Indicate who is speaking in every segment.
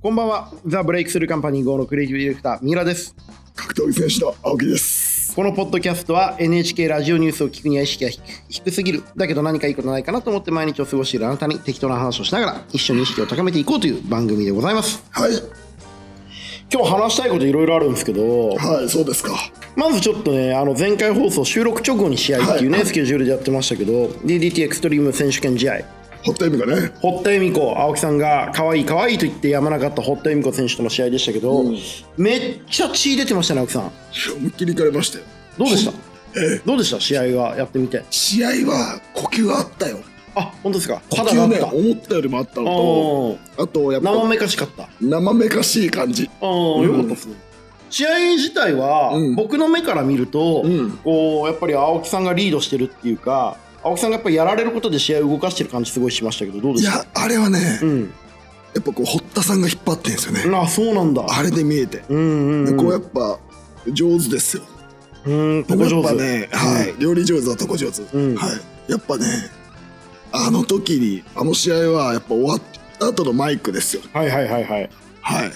Speaker 1: こんばんは。ザ・ブレイクスルーカンパニー号のクリエイティブディレクター、三浦です。
Speaker 2: 格闘技選手の青木です。
Speaker 1: このポッドキャストは NHK ラジオニュースを聞くには意識が低低すぎる。だけど何かいいことないかなと思って毎日を過ごしているあなたに適当な話をしながら一緒に意識を高めていこうという番組でございます。
Speaker 2: はい、
Speaker 1: 今日話したいこといろいろあるんですけど、
Speaker 2: はい、そうですか。
Speaker 1: まずちょっとね、あの前回放送収録直後に試合っていうね、
Speaker 2: はい
Speaker 1: スケジュールでやってましたけど、DDT エクストリーム選手権試合。
Speaker 2: ホットエミがね、
Speaker 1: 堀田恵美子青木さんが可愛い可愛いと言ってやまなかった堀田恵美子選手との試合でしたけど、めっちゃ血出てましたね青木さん
Speaker 2: 思いっきり行かれましたよ。
Speaker 1: どうでした
Speaker 2: ええ
Speaker 1: どうでした試合がやってみて
Speaker 2: 試合は呼吸があったよ。
Speaker 1: あ本当ですか
Speaker 2: 呼
Speaker 1: 肌があ
Speaker 2: 吸
Speaker 1: っ
Speaker 2: ね、
Speaker 1: た、
Speaker 2: 思ったよりもあったの
Speaker 1: おー
Speaker 2: と、あと、やっ
Speaker 1: 生
Speaker 2: ぱ
Speaker 1: めかしかったあ
Speaker 2: 生めかしい感じ。
Speaker 1: あー、よかったですね試合自体は、
Speaker 2: うん
Speaker 1: 僕の目から見ると、
Speaker 2: うん
Speaker 1: こうやっぱり青木さんがリードしてるっていうか青木さんがやっぱりやられることで試合を動かしてる感じすごいしましたけどどうで
Speaker 2: い
Speaker 1: した
Speaker 2: や、あれはね、
Speaker 1: うん
Speaker 2: やっぱこう、堀田さんが引っ張ってんですよね。
Speaker 1: あそうなんだ
Speaker 2: あれで見えて。
Speaker 1: うんうんうん
Speaker 2: こうやっぱ、上手ですよ。
Speaker 1: うんここ
Speaker 2: や
Speaker 1: 上
Speaker 2: っぱ
Speaker 1: 手、
Speaker 2: ね、はい、料理上手だとこ上手。
Speaker 1: うん
Speaker 2: はい、やっぱね、あの時に、あの試合は、やっぱ終わった後のマイクですよ。
Speaker 1: はいはいはいはい
Speaker 2: はい。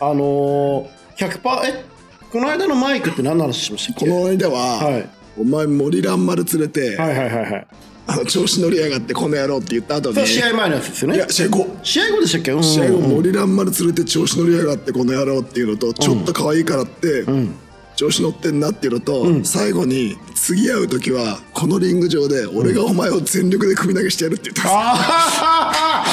Speaker 1: あのー、100%えこの間のマイクって何の話しましたっ
Speaker 2: こ
Speaker 1: け
Speaker 2: の間は、
Speaker 1: はい、
Speaker 2: お前森蘭丸連れて、
Speaker 1: はいはいはいはい
Speaker 2: あの調子乗りやがってこの野郎って言った後
Speaker 1: それ
Speaker 2: に
Speaker 1: は試合前のやつですよ
Speaker 2: い
Speaker 1: ね
Speaker 2: や試合後
Speaker 1: 試合後でしたっけ、うん、
Speaker 2: 試合後森蘭丸連れて調子乗りやがってこの野郎っていうのと、ちょっと可愛いからって、調子乗ってんなっていうのと、最後に次会う時はこのリング上で俺がお前を全力で首投げしてやるって言ったんですよ、
Speaker 1: あ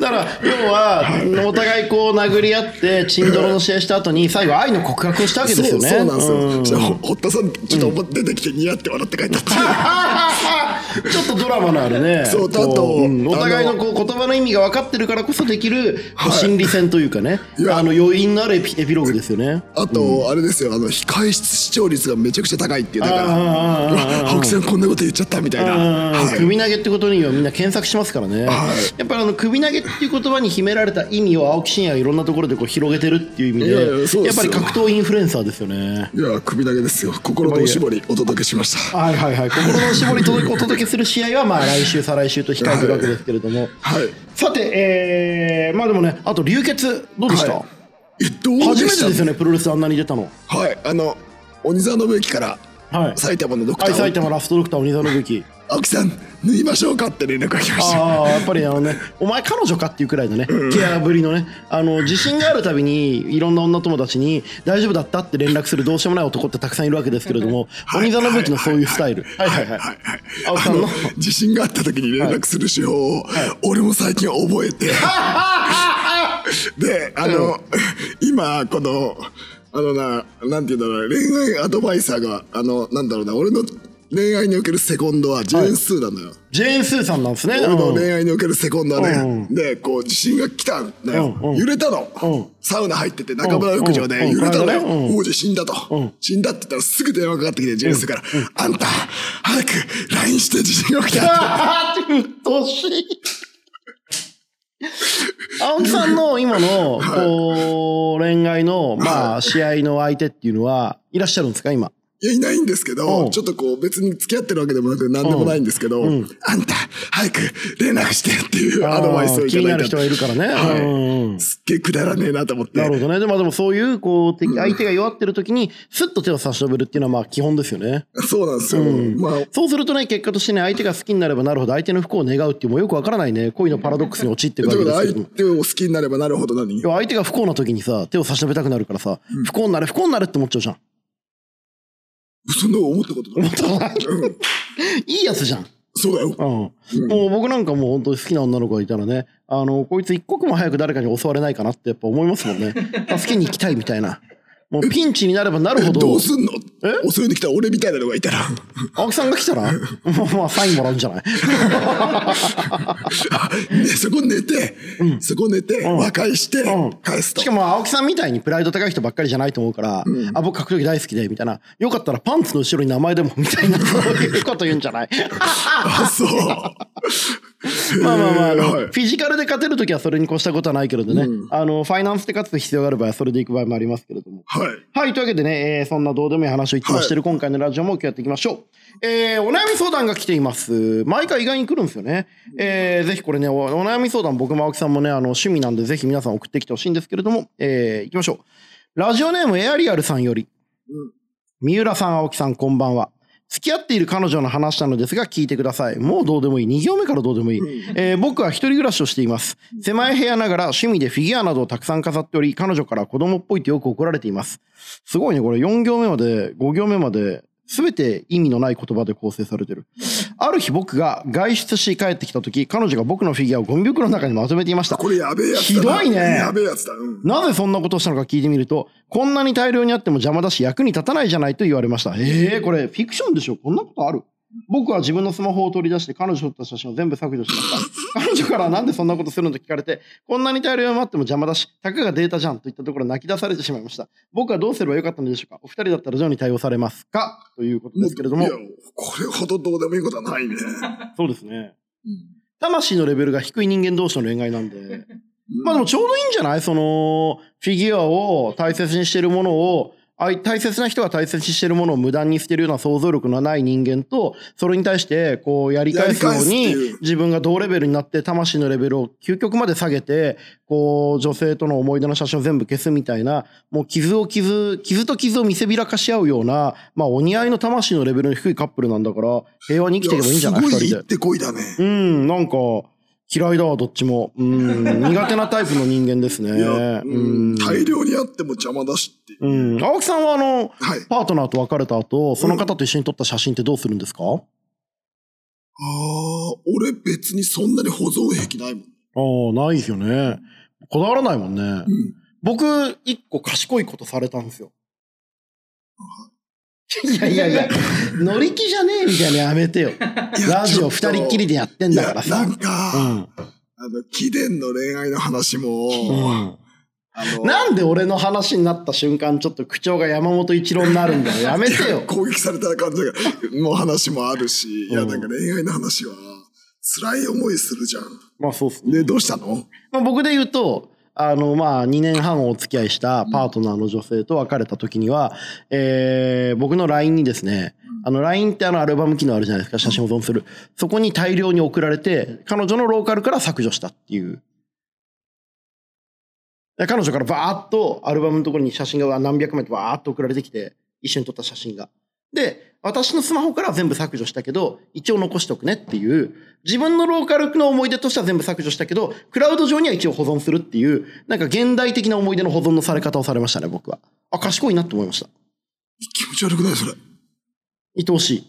Speaker 1: ー だから要はお互いこう殴り合ってチンドロの試合した後に最後愛の告白をしたわけです
Speaker 2: そ
Speaker 1: よ
Speaker 2: う
Speaker 1: ね
Speaker 2: そうなんですよ、
Speaker 1: うん
Speaker 2: じゃあほ堀田さんちょっと出てきてニヤって笑って帰ったっていう
Speaker 1: ちょっとドラマのあるね
Speaker 2: そうだと
Speaker 1: こんお互い
Speaker 2: あ
Speaker 1: の
Speaker 2: の
Speaker 1: こう言葉の意味が分かってるからこそできるこう心理戦というかね、
Speaker 2: いや
Speaker 1: あの余韻のあるエピエピローグですよね
Speaker 2: あと、あれですよ、あの、控室視聴率がめちゃくちゃ高いっていう、だから、
Speaker 1: ああああああ
Speaker 2: うわ青木さんこんなこと言っちゃったみたいな。
Speaker 1: うん
Speaker 2: はい
Speaker 1: 首投げってことにはみんな検索しますからね、やっぱりあの首投げっていう言葉に秘められた意味を青木真也はいろんなところでこう広げてるっていう意味で
Speaker 2: いやいやそう
Speaker 1: や
Speaker 2: で
Speaker 1: っ
Speaker 2: す
Speaker 1: ぱ
Speaker 2: よ
Speaker 1: り格闘インフルエンサーですよね
Speaker 2: いや、首投げですよ。心のおしぼりお届けしました。
Speaker 1: はいはいはい心の絞り届けお届けする試合はまあ来週再来週と控えてるわけですけれども、
Speaker 2: はい。
Speaker 1: さてえー、まあでもねあと流血どうでした、
Speaker 2: はいえ、どう
Speaker 1: 初
Speaker 2: で
Speaker 1: め
Speaker 2: してた
Speaker 1: ですよねプロレスあんなに出たの
Speaker 2: はい、あの、鬼沢信之から、
Speaker 1: はい
Speaker 2: 埼玉のドクタ
Speaker 1: はい埼
Speaker 2: ーを、
Speaker 1: 玉ラストドクター鬼沢信之
Speaker 2: 青木さん、脱ぎましょうかって連絡が来ました。
Speaker 1: ああやっぱりあのねお前彼女かっていうくらいのねケアぶりのねあの自信があるたびにいろんな女友達に大丈夫だったって連絡するどうしようもない男ってたくさんいるわけですけれども鬼沢信之のそういうスタイルはいはいはい
Speaker 2: はいはい
Speaker 1: 青木さ
Speaker 2: あ
Speaker 1: んの
Speaker 2: の自信があった時に連絡する手法を、俺も最近覚えて、であの、今このあのななんて言うんだろうな恋愛アドバイザーがあのなんだろうな俺の恋愛におけるセコンドはジェーン・スーなのよ、
Speaker 1: ジェーン・スーさんなんですね
Speaker 2: 俺の
Speaker 1: うん
Speaker 2: 恋愛におけるセコンドはね、
Speaker 1: う
Speaker 2: でこう地震が来たんだよ、
Speaker 1: うんうん
Speaker 2: 揺れたの、
Speaker 1: うん
Speaker 2: サウナ入ってて中村浴場で、
Speaker 1: うんうん
Speaker 2: 揺れたのよ、
Speaker 1: うんうん
Speaker 2: もう地震だと、
Speaker 1: ん
Speaker 2: 死んだって言ったらすぐ電話かかってきてジェンスから、あんた早く LINE して地震が起きたって
Speaker 1: ああうっとうしい青木さんの今のこう恋愛のまあ試合の相手っていうのはいらっしゃるんですか今
Speaker 2: いやいないんですけど、
Speaker 1: うん
Speaker 2: ちょっとこう別に付き合ってるわけでもなく何でもないんですけど、あんた早く連絡してっていうアドバイスをい
Speaker 1: 気
Speaker 2: た
Speaker 1: にな
Speaker 2: だ
Speaker 1: る
Speaker 2: い
Speaker 1: 人
Speaker 2: た
Speaker 1: がいるからね、
Speaker 2: はい
Speaker 1: うんうん
Speaker 2: すっげえくだらねえなと思って
Speaker 1: なるほどね。でも、でもそういう、こう、敵相手が弱ってる時に、スッと手を差し伸べるっていうのは、まあ、基本ですよね。
Speaker 2: そうなんですよ、まあ
Speaker 1: そうするとね、結果としてね、相手が好きになればなるほど、相手の不幸を願うっていう、もうよくわからないね、恋のパラドックスに陥って
Speaker 2: とい
Speaker 1: るわけですけ
Speaker 2: うことで
Speaker 1: ども
Speaker 2: 相。手を好きになればなるほど何
Speaker 1: 要は相手が不幸な時にさ、手を差し伸べたくなるからさ、不幸になれ、不幸になれって思っちゃうじゃん。
Speaker 2: そんな思ったことな
Speaker 1: 思
Speaker 2: い
Speaker 1: ったことない
Speaker 2: うん
Speaker 1: いいやつじゃん。
Speaker 2: そうだよ
Speaker 1: うん。もう僕なんかもう本当に好きな女の子がいたらね、あの、こいつ一刻も早く誰かに襲われないかなってやっぱ思いますもん ね。助けに行きたいみたいな。もうピンチになればなるほど。
Speaker 2: どうすんの襲いに来た俺みたいなのが いたら
Speaker 1: 青木さんが来た ら、まあまあサインもらうんじゃない
Speaker 2: ねそこ寝て、そこ寝て、和解して
Speaker 1: うん
Speaker 2: 返すと
Speaker 1: しかも青木さんみたいにプライド高い人ばっかりじゃないと思うから、あ、僕格闘技大好きで、みたいな。よかったらパンツ の後ろに名前でも、みたいな、そういうこと言うんじゃない
Speaker 2: あそう
Speaker 1: まあまあまあ、あの
Speaker 2: はい
Speaker 1: フィジカルで勝てるときはそれに越したことはないけれどね、あの、ファイナンスで勝つ必要がある場合はそれで行く場合もありますけれども。
Speaker 2: はい。
Speaker 1: はい、というわけでね、えーそんなどうでもいい話をいつもしてる今回のラジオも今日やっていきましょう。えーお悩み相談が来ています。毎回意外に来るんですよね。えーぜひこれねお、お悩み相談、僕も青木さんもね、あの、趣味なんでぜひ皆さん送ってきてほしいんですけれども、えー行きましょう。ラジオネームエアリアルさんより、
Speaker 2: うん
Speaker 1: 三浦さん、青木さん、こんばんは。付き合っている彼女の話なのですが聞いてください。もうどうでもいい。2行目からどうでもいい。えー僕は一人暮らしをしています。狭い部屋ながら趣味でフィギュアなどをたくさん飾っており、彼女から子供っぽいとよく怒られています。すごいね、これ4行目まで、5行目まで、すべて意味のない言葉で構成されてる。ある日僕が外出し帰ってきた時、彼女が僕のフィギュアをゴミ袋の中にまとめていました。
Speaker 2: これやべえやつだな。
Speaker 1: ひどいね
Speaker 2: やべえやつだ。うん。
Speaker 1: なぜそんなことをしたのか聞いてみると、こんなに大量にあっても邪魔だし役に立たないじゃないと言われました。ええこれフィクションでしょこんなことある僕は自分のスマホを取り出して彼女と撮った写真を全部削除しま した。彼女からなんでそんなことするのと聞かれて、こんなに大量にあっても邪魔だし、たかがデータじゃんといったところ泣き出されてしまいました。僕はどうすればよかったのでしょうかお二人だったらどのように対応されますかということですけれども
Speaker 2: いや、これほどどうでもいいことはないね。
Speaker 1: そうですね。魂のレベルが低い人間同士の恋愛なんで。まあでもちょうどいいんじゃないその、フィギュアを大切にしてるものを、あい大切な人が大切にしてるものを無駄に捨てるような想像力のない人間と、それに対して、こう、やり返すよう
Speaker 2: やり返
Speaker 1: に
Speaker 2: すっていう、
Speaker 1: 自分が同レベルになって、魂のレベルを究極まで下げて、こう、女性との思い出の写真を全部消すみたいな、もう傷を傷、傷と傷を見せびらかし合うような、まあお似合いの魂のレベルの低いカップルなんだから、平和に生きていけばいいんじゃない
Speaker 2: や
Speaker 1: 二
Speaker 2: すごい
Speaker 1: 人で
Speaker 2: 行っ。てこいだね。
Speaker 1: うん、なんか、嫌いだわ、どっちも。うん、苦手なタイプの人間ですね。
Speaker 2: いや、
Speaker 1: うん。
Speaker 2: 大量にあっても邪魔だしっていう。
Speaker 1: うん、青木さんは、あの、
Speaker 2: はい。
Speaker 1: パートナーと別れた後、その方と一緒に撮った写真ってどうするんですか、
Speaker 2: ああ、俺別にそんなに保存癖ないもん。
Speaker 1: ああ、ないですよね。こだわらないもんね。
Speaker 2: うん。
Speaker 1: 僕、一個賢いことされたんですよ。いやいやいや、乗り気じゃねえみたいなのやめてよ。ラジオ二人っきりでやってん
Speaker 2: い
Speaker 1: だ
Speaker 2: や
Speaker 1: から、
Speaker 2: な
Speaker 1: さ。
Speaker 2: んか、
Speaker 1: うん。
Speaker 2: あの、貴殿の恋愛の話も、
Speaker 1: うん
Speaker 2: あ の、
Speaker 1: なんで俺の話になった瞬間、ちょっと口調が山本一郎になるんだよ。やめてよ。
Speaker 2: 攻撃された感じが、の話もあるし、いや、
Speaker 1: うん
Speaker 2: なんか恋愛の話は、辛い思いするじゃん。
Speaker 1: まあそうっすね。
Speaker 2: で、どうしたの
Speaker 1: まあ、僕で言うと、あの、まあ、2年半お付き合いしたパートナーの女性と別れた時には、えー、僕の LINE にですね、あの、LINE ってあの、アルバム機能あるじゃないですか、写真保存する。そこに大量に送られて、彼女のローカルから削除したっていう。で彼女からバーっとアルバムのところに写真が何百枚とバーっと送られてきて、一緒に撮った写真が。で、私のスマホからは全部削除したけど、一応残しておくねっていう、自分のローカルの思い出としては全部削除したけど、クラウド上には一応保存するっていう、なんか現代的な思い出の保存のされ方をされましたね、僕は。あ、賢いなって思いました。
Speaker 2: 気持ち悪くないそれ。
Speaker 1: 愛おしい。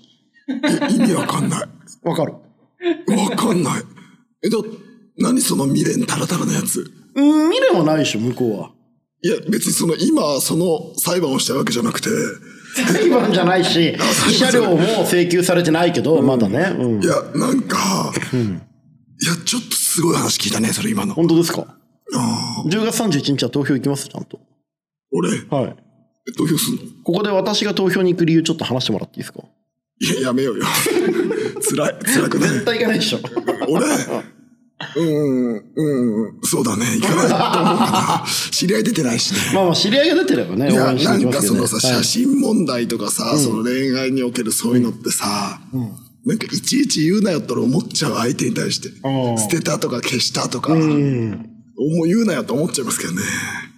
Speaker 2: え意味わかんない。
Speaker 1: わかる。
Speaker 2: わかんない。え、だ、何その未練タラタラのやつ。
Speaker 1: うん、見れもないでしょ、向こうは。
Speaker 2: いや、別にその、今、その裁判をしたわけじゃなくて、
Speaker 1: 裁判じゃないし、慰謝料も請求されてないけど、まだね。うん
Speaker 2: い。や、なんか、いや、ちょっとすごい話聞いたね、それ今の。
Speaker 1: 本当ですか
Speaker 2: あー
Speaker 1: ?10 月31日は投票行きます、ちゃんと。
Speaker 2: 俺、
Speaker 1: はい。
Speaker 2: 投票すんの
Speaker 1: ここで私が投票に行く理由ちょっと話してもらっていいですか
Speaker 2: いや、やめよう よ。辛い、辛くない。
Speaker 1: 絶対行かないでしょ。
Speaker 2: 俺、うん、うん、そうだね、行かないと思うかな。知り合い出てないしね。
Speaker 1: まあまあ、知り合いが出てればね、
Speaker 2: い
Speaker 1: 応
Speaker 2: や、
Speaker 1: 援して
Speaker 2: ない
Speaker 1: き
Speaker 2: ん
Speaker 1: ま
Speaker 2: か
Speaker 1: すけ
Speaker 2: そ
Speaker 1: どね。
Speaker 2: のさ、写真問題とかさ、その恋愛におけるそういうのってさ、なんかいちいち言うなよって俺思っちゃう相手に対して。
Speaker 1: ああ
Speaker 2: 捨てたとか消したとか、
Speaker 1: うん。
Speaker 2: もう言うなよと思っちゃいますけどね。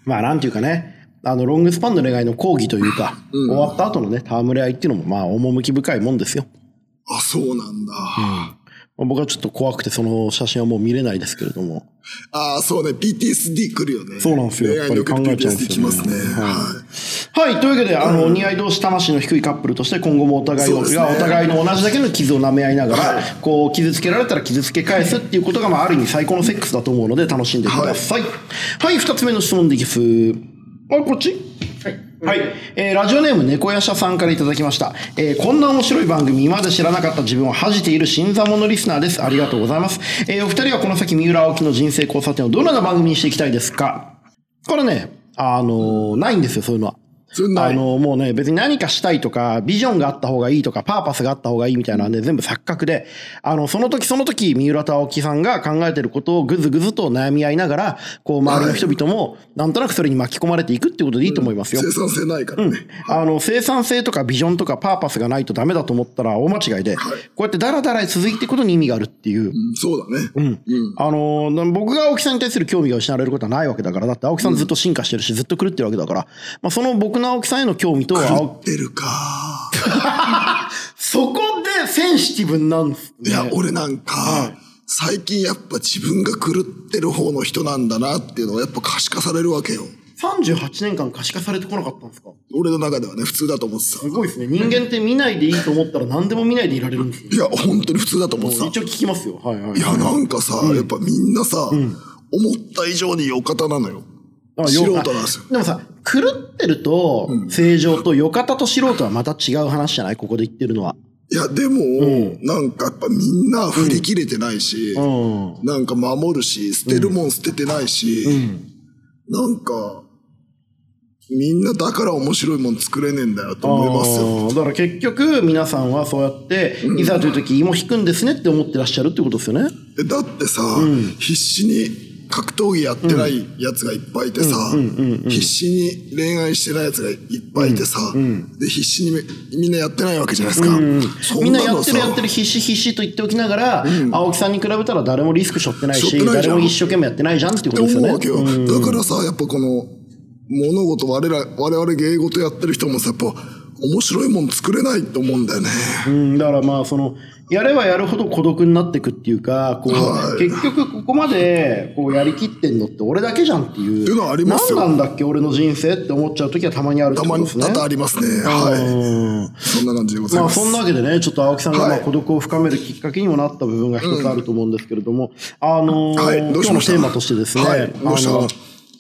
Speaker 1: まあ、なんていうかね、あの、ロングスパンの恋愛の講義というか、終わった後のね、戯れ合いっていうのも、まあ、趣深いもんですよ。
Speaker 2: あ、そうなんだ。
Speaker 1: まあ僕はちょっと怖くて、その写真はもう見れないですけれども。
Speaker 2: ああ、そうね、PTSD 来るよね。
Speaker 1: そうなんですよ
Speaker 2: 恋愛における
Speaker 1: やっぱり考えちゃうんで
Speaker 2: PTSD
Speaker 1: すよ
Speaker 2: 来
Speaker 1: ね
Speaker 2: ますね。
Speaker 1: はい
Speaker 2: はい。
Speaker 1: はい、というわけで、あの、お似合い同士魂の低いカップルとして、今後もお互い
Speaker 2: そう
Speaker 1: を
Speaker 2: ですね
Speaker 1: が、お互いの同じだけの傷を舐め合いながら、こう、傷つけられたら傷つけ返すっていうことが、まあ、ある意味最高のセックスだと思うので、楽しんでください。はい、二、つ目の質問です。あ、こっちはい、えーラジオネーム猫やしゃさんからいただきました、えーこんな面白い番組今まで知らなかった自分を恥じている新参者リスナーですありがとうございます、えーお二人はこの先三浦青木の人生交差点をどのような番組にしていきたいですかこれね、あのーないんですよ、そういうのは。
Speaker 2: そんな
Speaker 1: あの、もうね、別に何かしたいとか、ビジョンがあった方がいいとか、パーパスがあった方がいいみたいなね、全部錯覚で、あの、その時その時、三浦と青木さんが考えてることをぐずぐずと悩み合いながら、こう、周りの人々も、なんとなくそれに巻き込まれていくってことでいいと思いますよ。
Speaker 2: 生産性ないからね、
Speaker 1: あの生産性とかビジョンとかパーパスがないとダメだと思ったら大間違いで、こうやってダラダラ続いていくことに意味があるっていう。
Speaker 2: うんそうだね、
Speaker 1: あのな僕が青木さんに対する興味が失われることはないわけだから、だって青木さんずっと進化してるし、ずっと狂ってるわけだから、まあ、その僕の青木さんへの興味と、
Speaker 2: 狂
Speaker 1: 青
Speaker 2: ってるか
Speaker 1: そこでセンシティブなんです
Speaker 2: い
Speaker 1: ね。
Speaker 2: や、俺なんか、最近やっぱ自分が狂ってる方の人なんだなっていうのがやっぱ可視化されるわけよ。
Speaker 1: 38年間可視化されてこなかったんですか
Speaker 2: 俺の中ではね、普通だと思ってた
Speaker 1: す。ごいですね。人間って見ないでいいと思ったら何でも見ないでいられるんですね。
Speaker 2: いや、本当に普通だと思って
Speaker 1: 一
Speaker 2: た。
Speaker 1: 応
Speaker 2: い
Speaker 1: 聞きますよ。はいはい。
Speaker 2: や、なんかさ、やっぱみんなさ、思った以上によかたなのよ。
Speaker 1: あ
Speaker 2: 素人なんですよ。
Speaker 1: でもさ、狂ってると、正常と、よかたと素人はまた違う話じゃないここで言ってるのは。
Speaker 2: いや、でも、なんかやっぱみんな振り切れてないし、
Speaker 1: ん
Speaker 2: なんか守るし、捨てるもん捨ててないし、なんか、みんなだから面白いもん作れねえんだよと思いますよ。
Speaker 1: あーだから結局、皆さんはそうやって、いざという時、芋引くんですねって思ってらっしゃるってことですよね。
Speaker 2: えだってさ、必死に格闘技やってないやつがいっぱいいてさ、必死に恋愛してないやつがいっぱいいてさ、で必死にみみんなやってないわけじゃないですか、そ
Speaker 1: みん
Speaker 2: ん
Speaker 1: な
Speaker 2: な
Speaker 1: や
Speaker 2: の
Speaker 1: って
Speaker 2: さ
Speaker 1: るやってる必死必死と言っておきながら、青木さんに比べたら誰もリスク背負ってない
Speaker 2: 背
Speaker 1: し、
Speaker 2: 負ってないじ
Speaker 1: 誰
Speaker 2: ゃん
Speaker 1: も一生懸命やってないじゃんっていうことです
Speaker 2: って
Speaker 1: よ
Speaker 2: 思
Speaker 1: ね。
Speaker 2: うわけよ、だからさやっぱこの物事我ら我々芸事やってる人もさやっぱ面白いもん作れないと思うんだよね、
Speaker 1: うん、だからまあそのやればやるほど孤独になっていくっていうかこう、
Speaker 2: はい
Speaker 1: 結局ここまでこうやりきってんのって俺だけじゃんっていう
Speaker 2: っていうのはありますよ
Speaker 1: 何なんだっけ俺の人生って思っちゃう時はたまにあるって
Speaker 2: た
Speaker 1: こ
Speaker 2: ま
Speaker 1: とで
Speaker 2: に
Speaker 1: すね
Speaker 2: 多々ありますねは
Speaker 1: うん
Speaker 2: いそんな感じでござい
Speaker 1: まあ
Speaker 2: ます、
Speaker 1: そんなわけでねちょっと青木さんがま
Speaker 2: は
Speaker 1: あ
Speaker 2: い
Speaker 1: 孤独を深めるきっかけにもなった部分が一つあると思うんですけれども、あのー
Speaker 2: はい
Speaker 1: 今
Speaker 2: どう
Speaker 1: 日
Speaker 2: し
Speaker 1: の
Speaker 2: ました
Speaker 1: テーマとしてですね、
Speaker 2: はいどうした
Speaker 1: あの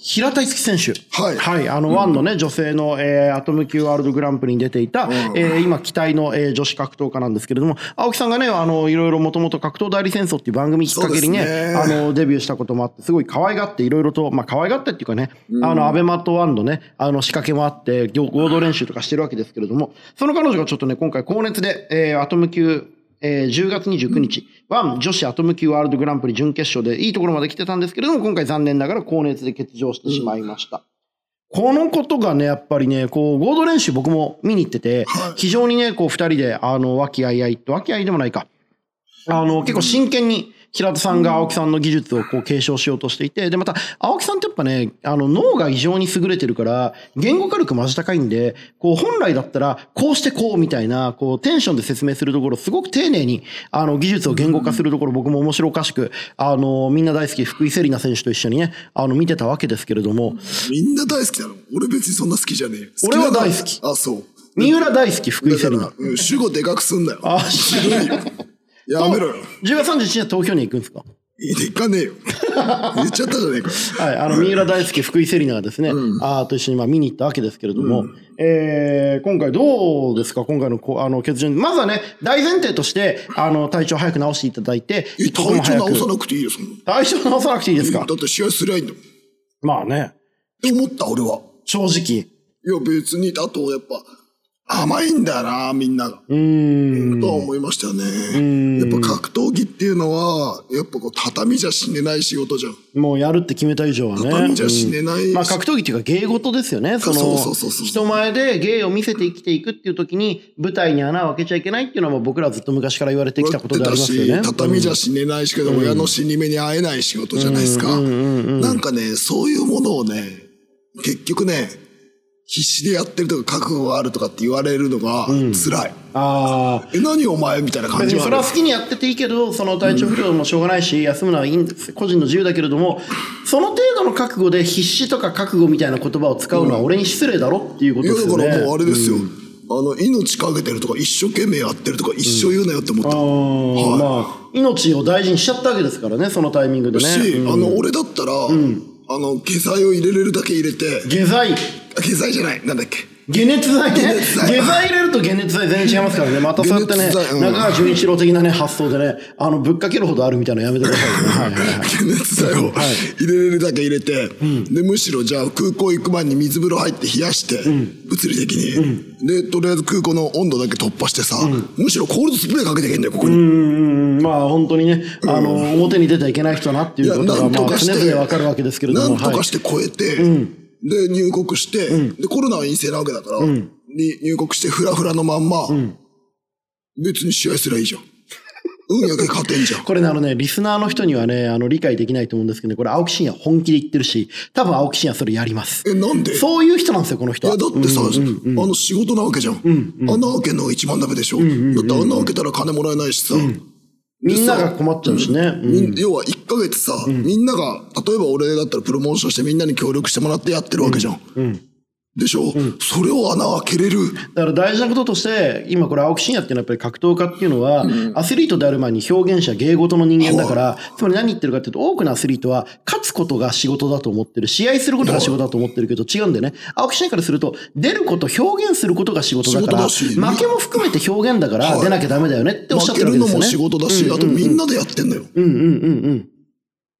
Speaker 1: 平田樹選手。
Speaker 2: はい
Speaker 1: あの、ワンのね、女性の、えーアトム級ワールドグランプリに出ていた、えー今、期待の、えー女子格闘家なんですけれども、青木さんがね、あの、いろいろもともと格闘代理戦争っていう番組きっかけにね、
Speaker 2: そうですね
Speaker 1: あの、デビューしたこともあって、すごい可愛がって、いろいろと、まあ、可愛がってっていうかね、あの、アベマとワンのね、あの、仕掛けもあって、合合同練習とかしてるわけですけれども、その彼女がちょっとね、今回、高熱で、えーアトム級、えー10月29日、ワン女子アトム級ワールドグランプリ準決勝でいいところまで来てたんですけれども、今回残念ながら高熱で欠場してしまいました。このことがね、やっぱりね、こう、合同練習僕も見に行ってて、非常にね、こう、二人で、あの、和気あいあいと、和気あいでもないか。あの、結構真剣に、平田さんが青木さんの技術をこう継承しようとしていて、で、また、青木さんってやっぱね、あの、脳が異常に優れてるから、言語火力マジ高いんで、こう、本来だったら、こうしてこうみたいな、こう、テンションで説明するところ、すごく丁寧に、あの、技術を言語化するところ、僕も面白おかしく、あの、みんな大好き、福井セリナ選手と一緒にね、あの、見てたわけですけれども、
Speaker 2: みんな大好きなの俺別にそんな好きじゃねえよ
Speaker 1: 俺は
Speaker 2: だから
Speaker 1: 大好き
Speaker 2: あそう
Speaker 1: 三浦大好き、福井
Speaker 2: だ
Speaker 1: セ
Speaker 2: か
Speaker 1: リナ
Speaker 2: ら。、うん、主語でかくすんなよ。
Speaker 1: あ、知るよ。
Speaker 2: やめろよ。
Speaker 1: 10月31日は投票に行くんですか
Speaker 2: 行かねえよ。言っちゃったじゃねえか。
Speaker 1: はい、あの、三浦大輔、福井セリナがですね、あーと一緒にまあ見に行ったわけですけれども、えー今回どうですか今回のこうあの欠場。まずはね、大前提として、あの、体調早く直していただいて、
Speaker 2: え
Speaker 1: 一刻も
Speaker 2: 体調
Speaker 1: 早
Speaker 2: 直さ
Speaker 1: く。
Speaker 2: なくていいよ、そんな。
Speaker 1: 体調直さなくていいです
Speaker 2: だ
Speaker 1: か
Speaker 2: って試合すりゃいいんだもん。っ
Speaker 1: まあね、
Speaker 2: て思った、俺は。
Speaker 1: 正直。
Speaker 2: いや、別に、あと、やっぱ、甘いんだよな、みんなが。
Speaker 1: うーん。
Speaker 2: とは思いましたよね。やっぱ格闘技っていうのは、やっぱこう、畳じゃ死ねない仕事じゃん。
Speaker 1: もうやるって決めた以上はね。
Speaker 2: 畳じゃ死ねない
Speaker 1: うんまあ格闘技っていうか芸事ですよね。その
Speaker 2: そうそうそうそう
Speaker 1: 人前で芸を見せて生きていくっていう時に舞台に穴を開けちゃいけないっていうのはもう僕らずっと昔から言われてきたことでありますよね。
Speaker 2: 畳じゃ死ねないしけど、親の死に目に会えない仕事じゃないですか。なんかね、そういうものをね、結局ね、必死でやってるとか覚悟があるとかって言われるのが辛い。
Speaker 1: ああ。
Speaker 2: え、何お前みたいな感
Speaker 1: 別
Speaker 2: じ
Speaker 1: に
Speaker 2: はあ
Speaker 1: そ
Speaker 2: る
Speaker 1: れは。好きにやってていいけど、その体調不良もしょうがないし、休むのはいいんです。個人の自由だけれども、その程度の覚悟で必死とか覚悟みたいな言葉を使うのは俺に失礼だろっていうこと
Speaker 2: いや、
Speaker 1: です
Speaker 2: だ
Speaker 1: よ
Speaker 2: からもうあ
Speaker 1: ね。
Speaker 2: れですよ。あの、命かけてるとか、一生懸命やってるとか、一生言うなよって思っ
Speaker 1: う
Speaker 2: た。
Speaker 1: ん
Speaker 2: は
Speaker 1: まあ、命を大事にしちゃったわけですからね、そのタイミングで
Speaker 2: い。し、
Speaker 1: ね。
Speaker 2: あの、俺だったら、あの、下剤を入れれるだけ入れて、
Speaker 1: 下剤。
Speaker 2: 下剤じゃない、なんだっけ。
Speaker 1: 解熱剤ね
Speaker 2: 解熱
Speaker 1: 下剤
Speaker 2: 剤
Speaker 1: 入れると解熱剤全然違いますからねまたそうやってね
Speaker 2: 解熱剤うん
Speaker 1: 中川純一郎的なね発想でねあのぶっかけるほどあるみたいなのやめてくださいねはいはい はい
Speaker 2: 解熱剤を入れれるだけ入れて、でむしろじゃあ空港行く前に水風呂入って冷やして、物理的に、でとりあえず空港の温度だけ突破してさ、むしろコールドスプレーかけてけんだよここに、
Speaker 1: うんまあ本当にね、あの表に出ちゃいけない人なっていうことが、
Speaker 2: なんと
Speaker 1: まあ、
Speaker 2: かし
Speaker 1: 常
Speaker 2: て、
Speaker 1: 々わかるわけですけれども、
Speaker 2: なんと
Speaker 1: は
Speaker 2: か
Speaker 1: い
Speaker 2: して超えて、で入国して、でコロナは陰性なわけだから、に入国してフラフラのまんま、別に試合すりゃいいじゃん運やけ勝てんじゃん
Speaker 1: これね、あのね、リスナーの人にはね、あの、理解できないと思うんですけどね、これ、青木真也本気で言ってるし、多分青木真也それやります。
Speaker 2: えなんで
Speaker 1: そういう人なんですよ、この人
Speaker 2: い
Speaker 1: は
Speaker 2: や。だってさ、あの仕事なわけじゃん、穴開けんのが一番ダメでしょ、だって穴開けたら金もらえないしさ、
Speaker 1: みんなが困っちゃうしね。うん
Speaker 2: みん要は1ヶ月さ、みんなが例えば俺だったらプロモーションしてみんなに協力してもらってやってるわけじゃん、でしょ、それを穴開けれる
Speaker 1: だから大事なこととして、今これ青木真也っていうのはやっぱり格闘家っていうのは、アスリートである前に表現者、芸事の人間だから、つまり何言ってるかっていうと、多くのアスリートは勝つことが仕事だと思ってる、試合することが仕事だと思ってるけど違うんだよね。青木真也からすると、出ること、表現することが仕事だから、
Speaker 2: 仕事だし
Speaker 1: 負けも含めて表現だから
Speaker 2: はい
Speaker 1: 出なきゃダメだよねっておっしゃっ
Speaker 2: 負
Speaker 1: てる
Speaker 2: け
Speaker 1: わ
Speaker 2: る
Speaker 1: けで
Speaker 2: の
Speaker 1: すよ
Speaker 2: も
Speaker 1: ね。
Speaker 2: 仕事だし、あとみんなでやってんだよ、
Speaker 1: うんうんうんうん。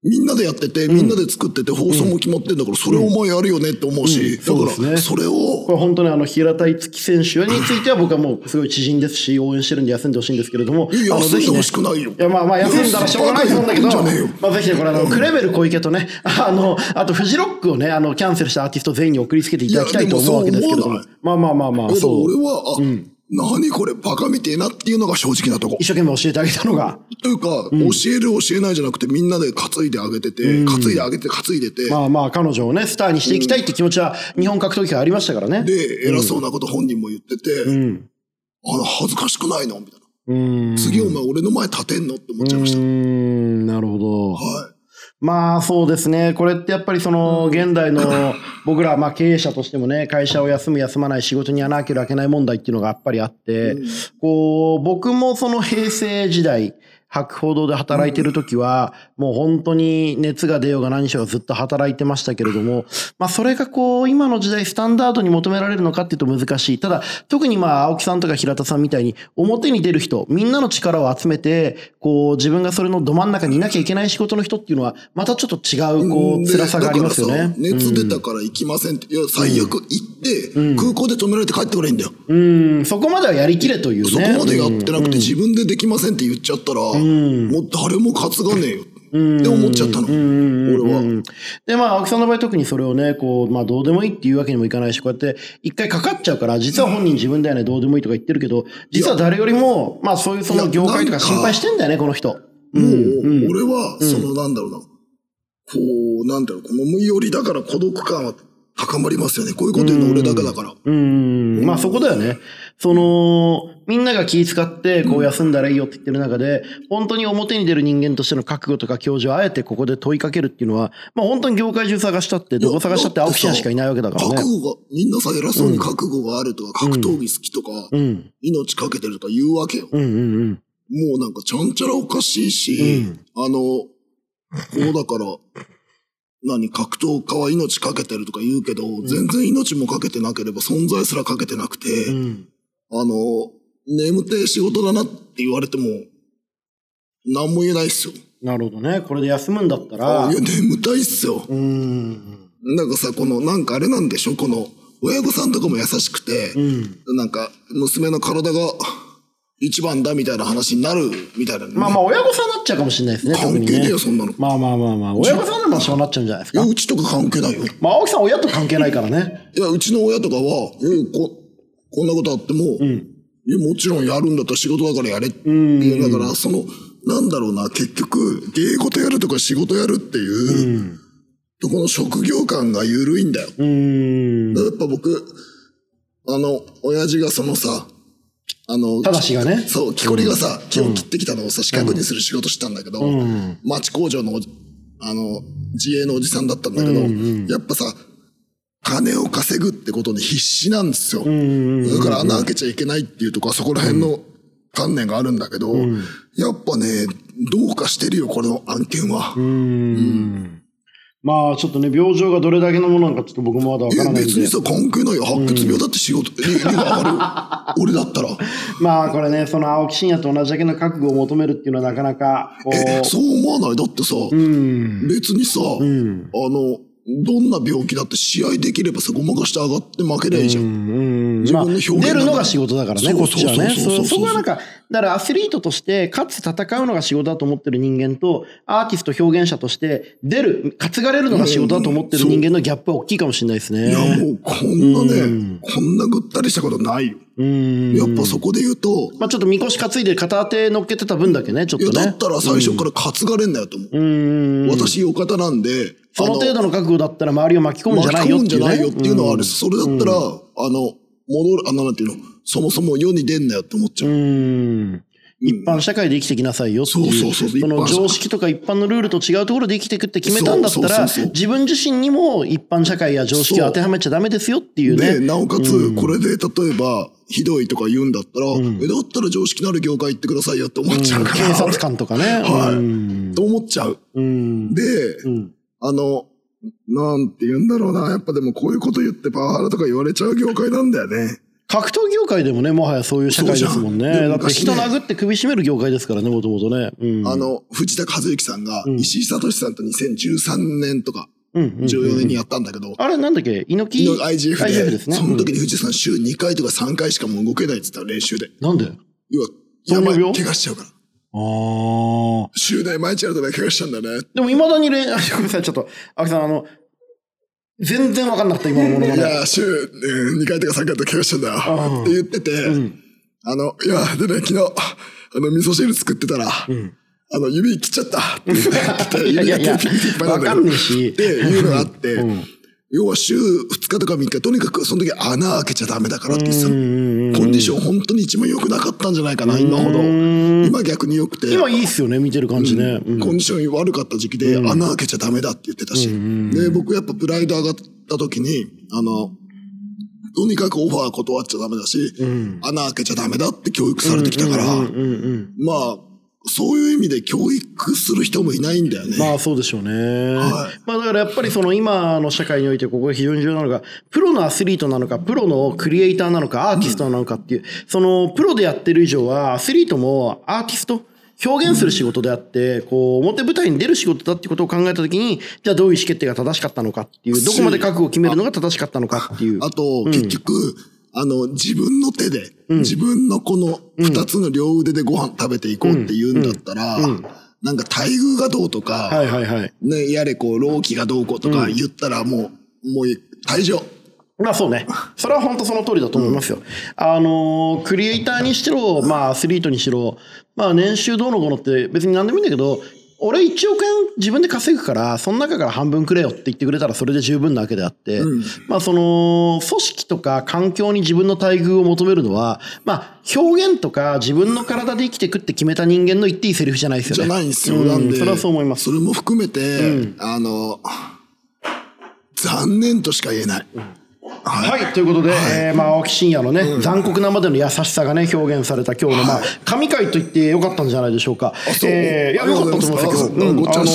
Speaker 2: みんなでやっててみんなで作ってて放送も決まってんだから、それお前やるよねって思うし、
Speaker 1: そうで
Speaker 2: だ
Speaker 1: す
Speaker 2: か
Speaker 1: ね
Speaker 2: らそれ
Speaker 1: こ
Speaker 2: を
Speaker 1: れ本当にあの平田樹選手については僕はもうすごい知人ですし応援してるんで休んでほしいんですけれども、
Speaker 2: いや
Speaker 1: あの
Speaker 2: 休
Speaker 1: ぜ
Speaker 2: ん
Speaker 1: ひ
Speaker 2: で
Speaker 1: ね
Speaker 2: ほしくないよ、
Speaker 1: いやまあまあ休んだらしょうがないと思うんだけど、
Speaker 2: いやそんなこと言ってんじゃねえよ
Speaker 1: まあぜひね、これあの、クレベル小池とね、あの、あとフジロックをね、あの、キャンセルしたアーティスト全員に送りつけていただきたいと思うわけですけれど
Speaker 2: い
Speaker 1: も
Speaker 2: やでもそう思わない、
Speaker 1: まあまあまあまあ、
Speaker 2: けど
Speaker 1: そう
Speaker 2: 俺。は、あ、何これバカみてえなっていうのが正直なとこ
Speaker 1: 一生懸命教えてあげたのが、
Speaker 2: というか、教える教えないじゃなくてみんなで担いであげてて、担いであげて担いでて、
Speaker 1: まあまあ彼女をね、スターにしていきたいって気持ちは日本格闘技はありましたからね。
Speaker 2: で偉そうなこと本人も言ってて、
Speaker 1: うん。
Speaker 2: あの恥ずかしくないのみたいな、
Speaker 1: うん。
Speaker 2: 次お前俺の前立てんのって思っちゃいました、
Speaker 1: うん、なるほど。
Speaker 2: はい
Speaker 1: まあそうですね、これってやっぱりその現代の僕らまあ経営者としてもね、会社を休む、休まない、仕事に穴開ける、開けない問題っていうのがやっぱりあって、こう僕もその平成時代、博報堂で働いてる時は、もう本当に熱が出ようが何しようがずっと働いてましたけれども、まあそれがこう今の時代スタンダードに求められるのかっていうと難しい。ただ特にまあ青木さんとか平田さんみたいに表に出る人、みんなの力を集めて、こう自分がそれのど真ん中にいなきゃいけない仕事の人っていうのは、またちょっと違うこう
Speaker 2: で
Speaker 1: 辛さがありますよ
Speaker 2: だから
Speaker 1: ね
Speaker 2: さ。熱出たから行きませんって、いや最悪行って、空港で止められて帰ってこれいいんだよ、
Speaker 1: うん、そこまではやりきれというね。
Speaker 2: そこまでやってなくて自分でできませんって言っちゃったら、もう誰も担がねえよって思っちゃったの、俺は、
Speaker 1: で、まあ、青木さんの場合特にそれをね、こう、まあ、どうでもいいっていうわけにもいかないし、こうやって、一回かかっちゃうから、実は本人自分だよね、どうでもいいとか言ってるけど、実は誰よりも、まあ、そういうその業界とか心配してんだよね、この人。
Speaker 2: もう、俺は、その、なんだろうな、こう、なんだろう、この無よりだから孤独感は高まりますよね。こういうこと言うの俺だけだから。
Speaker 1: うん、まあそこだよね。その、みんなが気遣って、こう休んだらいいよって言ってる中で、本当に表に出る人間としての覚悟とか教授をあえてここで問いかけるっていうのは、まあ本当に業界中探したって、どこ探したって青木ちゃんしかいないわけだから
Speaker 2: 覚
Speaker 1: ね。
Speaker 2: 悟が、みんなさ、偉そうに覚悟があるとか、格闘技好きとか、
Speaker 1: うん、
Speaker 2: 命かけてるとか言うわけよ。
Speaker 1: うん、うん、うん。
Speaker 2: もうなんか、ちゃんちゃらおかしいし、あの、こうだから、何、格闘家は命かけてるとか言うけど、全然命もかけてなければ存在すらかけてなくて、
Speaker 1: うん、
Speaker 2: あの、眠てえ仕事だなって言われても、何も言えないっすよ。
Speaker 1: なるほどね。これで休むんだったら
Speaker 2: いや、、眠たいっすよ。
Speaker 1: うん、
Speaker 2: なんかさ、この、なんかあれなんでしょこの、親御さんとかも優しくて、
Speaker 1: うん。
Speaker 2: なんか、娘の体が一番だみたいな話になるみたいな、ね。
Speaker 1: まあまあ親御さんになっちゃうかもしれないですね、特
Speaker 2: 関
Speaker 1: に
Speaker 2: 係ねえ
Speaker 1: ね。
Speaker 2: よ、そんなの。い
Speaker 1: まあまあまあまあ、親御さんでもそうなっちゃうんじゃないです
Speaker 2: や、
Speaker 1: か。
Speaker 2: うちとか関係ないよ。
Speaker 1: まあ青木さん親と関係ないからね。
Speaker 2: いや、うちの親とかは、うんこ、こんなことあっても、いやもちろんやるんだったら仕事だからやれっていう、だから、その、なんだろうな、結局、芸事やるとか仕事やるっていう、とこの職業感が緩いんだよ。
Speaker 1: うん。
Speaker 2: やっぱ僕、あの、親父がそのさ、あの、
Speaker 1: ただしがね。
Speaker 2: そう、木こりがさ、木を切ってきたのをさ、四角にする仕事してたんだけど、町工場のおじ、あの、自営のおじさんだったんだけど、やっぱさ、金を稼ぐってことに必死なんですよ。だから穴開けちゃいけないっていうとか、そこら辺の観念があるんだけど、やっぱね、どうかしてるよ、この案件は。
Speaker 1: うん。まあちょっとね、病状がどれだけのものなのかちょっと僕もまだわから
Speaker 2: え、
Speaker 1: ないん
Speaker 2: 別
Speaker 1: で
Speaker 2: に。さ、関係ないよ。白血病だって仕事、え、理が上が る。俺だったら。
Speaker 1: まあこれね、その青木真也と同じだけの覚悟を求めるっていうのはなかなか、こ
Speaker 2: え、
Speaker 1: う、
Speaker 2: そう思わないだってさ、
Speaker 1: うん。
Speaker 2: 別にさ、
Speaker 1: ん
Speaker 2: あの、どんな病気だって試合できればさ、ごまかして上がって負けりゃいいじゃん。
Speaker 1: うんうん
Speaker 2: 自
Speaker 1: まあ、
Speaker 2: 分の表現
Speaker 1: 出るのが仕事だからね、
Speaker 2: そ
Speaker 1: こっ
Speaker 2: うそう
Speaker 1: ち
Speaker 2: そう
Speaker 1: はね。
Speaker 2: そう
Speaker 1: そ
Speaker 2: そうそうう
Speaker 1: そこはなんか、だからアスリートとして、かつ戦うのが仕事だと思ってる人間と、アーティスト表現者として、出る、担がれるのが仕事だと思ってる人間のギャップは大きいかもしれないです
Speaker 2: いや、
Speaker 1: ね。
Speaker 2: もうこんなね、
Speaker 1: うん
Speaker 2: こんなぐったりしたことないよ。
Speaker 1: うん。
Speaker 2: やっぱそこで言うと、
Speaker 1: まあちょっとみこし担いで片手乗っけてた分だけね、ちょっ
Speaker 2: いや、
Speaker 1: と
Speaker 2: だ
Speaker 1: ね
Speaker 2: っ。たら最初から担がれんなよと思う。
Speaker 1: うん。
Speaker 2: 私、お方なんで、
Speaker 1: その程度の覚悟だったら周りを巻き込むん
Speaker 2: 巻
Speaker 1: じ
Speaker 2: き
Speaker 1: ゃない
Speaker 2: 込
Speaker 1: よっ
Speaker 2: むん
Speaker 1: てい
Speaker 2: じゃ
Speaker 1: う、
Speaker 2: な
Speaker 1: ね。
Speaker 2: いよっていうのはあるし、それだったら、あの、戻る、あの、なんていうの、そもそも世に出んなよって思っちゃう。
Speaker 1: うん。一般社会で生きてきなさいよっていう。
Speaker 2: そうそうそう
Speaker 1: その
Speaker 2: 一般社会
Speaker 1: 常識とか一般のルールと違うところで生きていくって決めたんだった
Speaker 2: そ
Speaker 1: ら
Speaker 2: うそうそうそう、
Speaker 1: 自分自身にも一般社会や常識を当てはめちゃダメですよっていう
Speaker 2: で、
Speaker 1: ね。
Speaker 2: なおかつ、これで、例えば、ひどいとか言うんだったら、え、だったら常識のある業界行ってくださいよって思っちゃうから。
Speaker 1: 警察官とかね。
Speaker 2: はい
Speaker 1: うん
Speaker 2: と思っちゃう。
Speaker 1: うん。
Speaker 2: で、
Speaker 1: うん
Speaker 2: あの、なんて言うんだろうな。やっぱでもこういうこと言ってパワハラとか言われちゃう業界なんだよね。
Speaker 1: 格闘業界でもね、もはやそういう社会ですもんね。
Speaker 2: そうじゃんで
Speaker 1: だって
Speaker 2: 昔
Speaker 1: 人
Speaker 2: ね
Speaker 1: 殴って首絞める業界ですからね、もともとね。うん。
Speaker 2: あの、藤田和之さんが、石井聡さんと2013年とか、
Speaker 1: うん、うん
Speaker 2: 14年にやったんだけど、
Speaker 1: あれなんだっけ猪木
Speaker 2: の IGF で、
Speaker 1: ですね。
Speaker 2: その時
Speaker 1: うん
Speaker 2: に藤田さん週2回とか3回しかもう動けないって言ったの練習で。
Speaker 1: なんで
Speaker 2: 要は、
Speaker 1: 糖
Speaker 2: や
Speaker 1: 尿
Speaker 2: ば
Speaker 1: 病
Speaker 2: い、怪我しちゃうから。
Speaker 1: ああ。
Speaker 2: 週内毎日やるとね怪我しちゃうんだよね。
Speaker 1: でも、いまだにれん、あごめんなさい、ちょっと、青木さん、あの、全然わかんなかった、今のものま
Speaker 2: い
Speaker 1: ね。
Speaker 2: や、週、2回とか3回とか怪我しちゃうんだ
Speaker 1: ああ
Speaker 2: よ。って言ってて、
Speaker 1: うん。
Speaker 2: あの、いや、でね、昨日、あの、味噌汁作ってたら、
Speaker 1: うん。
Speaker 2: あの、指切っちゃったって言って
Speaker 1: いやい
Speaker 2: 指
Speaker 1: や
Speaker 2: が
Speaker 1: いや
Speaker 2: ピンピンいっぱいな
Speaker 1: わ
Speaker 2: んだ
Speaker 1: か
Speaker 2: けど
Speaker 1: んねえし
Speaker 2: っ。ていうのがあって、
Speaker 1: うん
Speaker 2: 要は週2日とか3日、とにかくその時穴開けちゃダメだからって言ってた
Speaker 1: うん
Speaker 2: の
Speaker 1: うんうん
Speaker 2: コンディション本当に一番良くなかったんじゃないかな、今ほど。
Speaker 1: ん
Speaker 2: 今逆に良くて。
Speaker 1: 今いいっすよね、見てる感じね。うん
Speaker 2: コンディション悪かった時期で穴開けちゃダメだって言ってたし。で、僕やっぱプライド上がった時に、あの、とにかくオファー断っちゃダメだし、穴開けちゃダメだって教育されてきたから、
Speaker 1: うんうん。
Speaker 2: まあ、そういう意味で教育する人もいないんだよね。
Speaker 1: まあそうでしょうね。
Speaker 2: はい
Speaker 1: まあだからやっぱりその今の社会においてここが非常に重要なのが、プロのアスリートなのか、プロのクリエイターなのか、アーティストなのかっていう、そのプロでやってる以上は、アスリートもアーティスト、表現する仕事であって、こう、表舞台に出る仕事だってことを考えたときに、じゃあどういう意思決定が正しかったのかっていう、どこまで覚悟を決めるのが正しかったのかっていう。
Speaker 2: あと、結局、あの、自分の手で、自分のこの二つの両腕でご飯食べていこうって言うんだったら、なんか待遇がどうとか、
Speaker 1: はいはいはい。
Speaker 2: ね、やれこう、老期がどうこうとか言ったらもう、もう退場。
Speaker 1: まあそうね。それは本当その通りだと思いますよ。あのークリエイターにしろ、まあアスリートにしろ、まあ年収どうのこうのって別に何でもいいんだけど、俺1億円自分で稼ぐから、その中から半分くれよって言ってくれたらそれで十分なわけであって、まあその、組織とか環境に自分の待遇を求めるのは、まあ表現とか自分の体で生きていくって決めた人間の言っていいセリフじゃないですよ
Speaker 2: じ
Speaker 1: ね。
Speaker 2: ゃないんですよ。
Speaker 1: う
Speaker 2: なんで、
Speaker 1: それはそう思います。
Speaker 2: それも含めて、あの、残念としか言えない。は
Speaker 1: はい、ということで、えーまあ、青木真也のね、残酷なまでの優しさがね、表現された今日の、まあ、神回と言ってよかったんじゃないでしょうか。
Speaker 2: そう
Speaker 1: えーいや、
Speaker 2: あり
Speaker 1: よ
Speaker 2: が
Speaker 1: か
Speaker 2: と
Speaker 1: っ
Speaker 2: う
Speaker 1: た
Speaker 2: ご
Speaker 1: と
Speaker 2: ざ
Speaker 1: 思いま
Speaker 2: います
Speaker 1: すけど、
Speaker 2: あ
Speaker 1: うん、
Speaker 2: ご
Speaker 1: あ
Speaker 2: ち
Speaker 1: の
Speaker 2: ゃし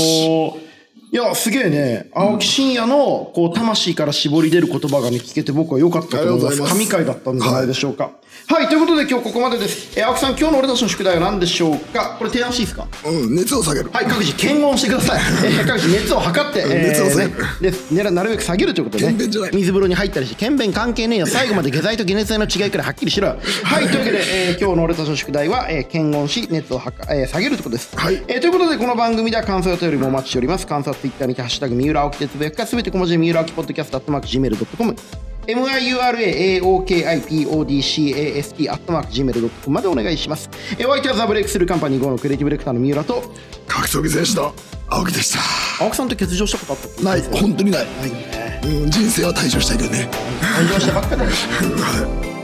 Speaker 1: ーいや、すげえね、青木真也の、こう、魂から絞り出る言葉がね、聞けて僕は良かったと思いま
Speaker 2: あ
Speaker 1: す。
Speaker 2: りがとうございま
Speaker 1: 神
Speaker 2: す
Speaker 1: 回だったんじゃないでしょうか。はい、ということで今日ここまでです。えー青木さん、今日の俺たちの宿題は何でしょうかこれ提案していいですか
Speaker 2: い。うん、熱を下げる。
Speaker 1: はい、各自検温してください。えー 各自熱を測って、
Speaker 2: 熱を下げる
Speaker 1: ね、でねらなるべく下げるということで、
Speaker 2: 検便じゃない
Speaker 1: 水風呂に入ったりして、検便関係ねえよ。最後まで下剤と解熱剤の違いくらいはっきりしろよ。はい、というわけで、えー今日の俺たちの宿題は、えー検温し、熱をはか、えー下げるということです。
Speaker 2: はい
Speaker 1: えーということで、この番組では感想やお便りもお待ちしております。感想はツイッターにて、ハッシュタグ、三浦青木でつぶやくか、すべて小文字で三浦青木ポッドキャスト、アットマーク、gmail.com。miuraaokipodcast アットマーク gmail.com までお願いします。えーお相手はザブレイクスルーカンパニー5のクリエイティブディレクターの三浦と、
Speaker 2: 格闘技選手の青木でした。
Speaker 1: 青木さんと欠場したことあった
Speaker 2: ない、本当にない。
Speaker 1: ないね
Speaker 2: うん、人生は退場したいけどね。
Speaker 1: 退場したばっかだよ
Speaker 2: はい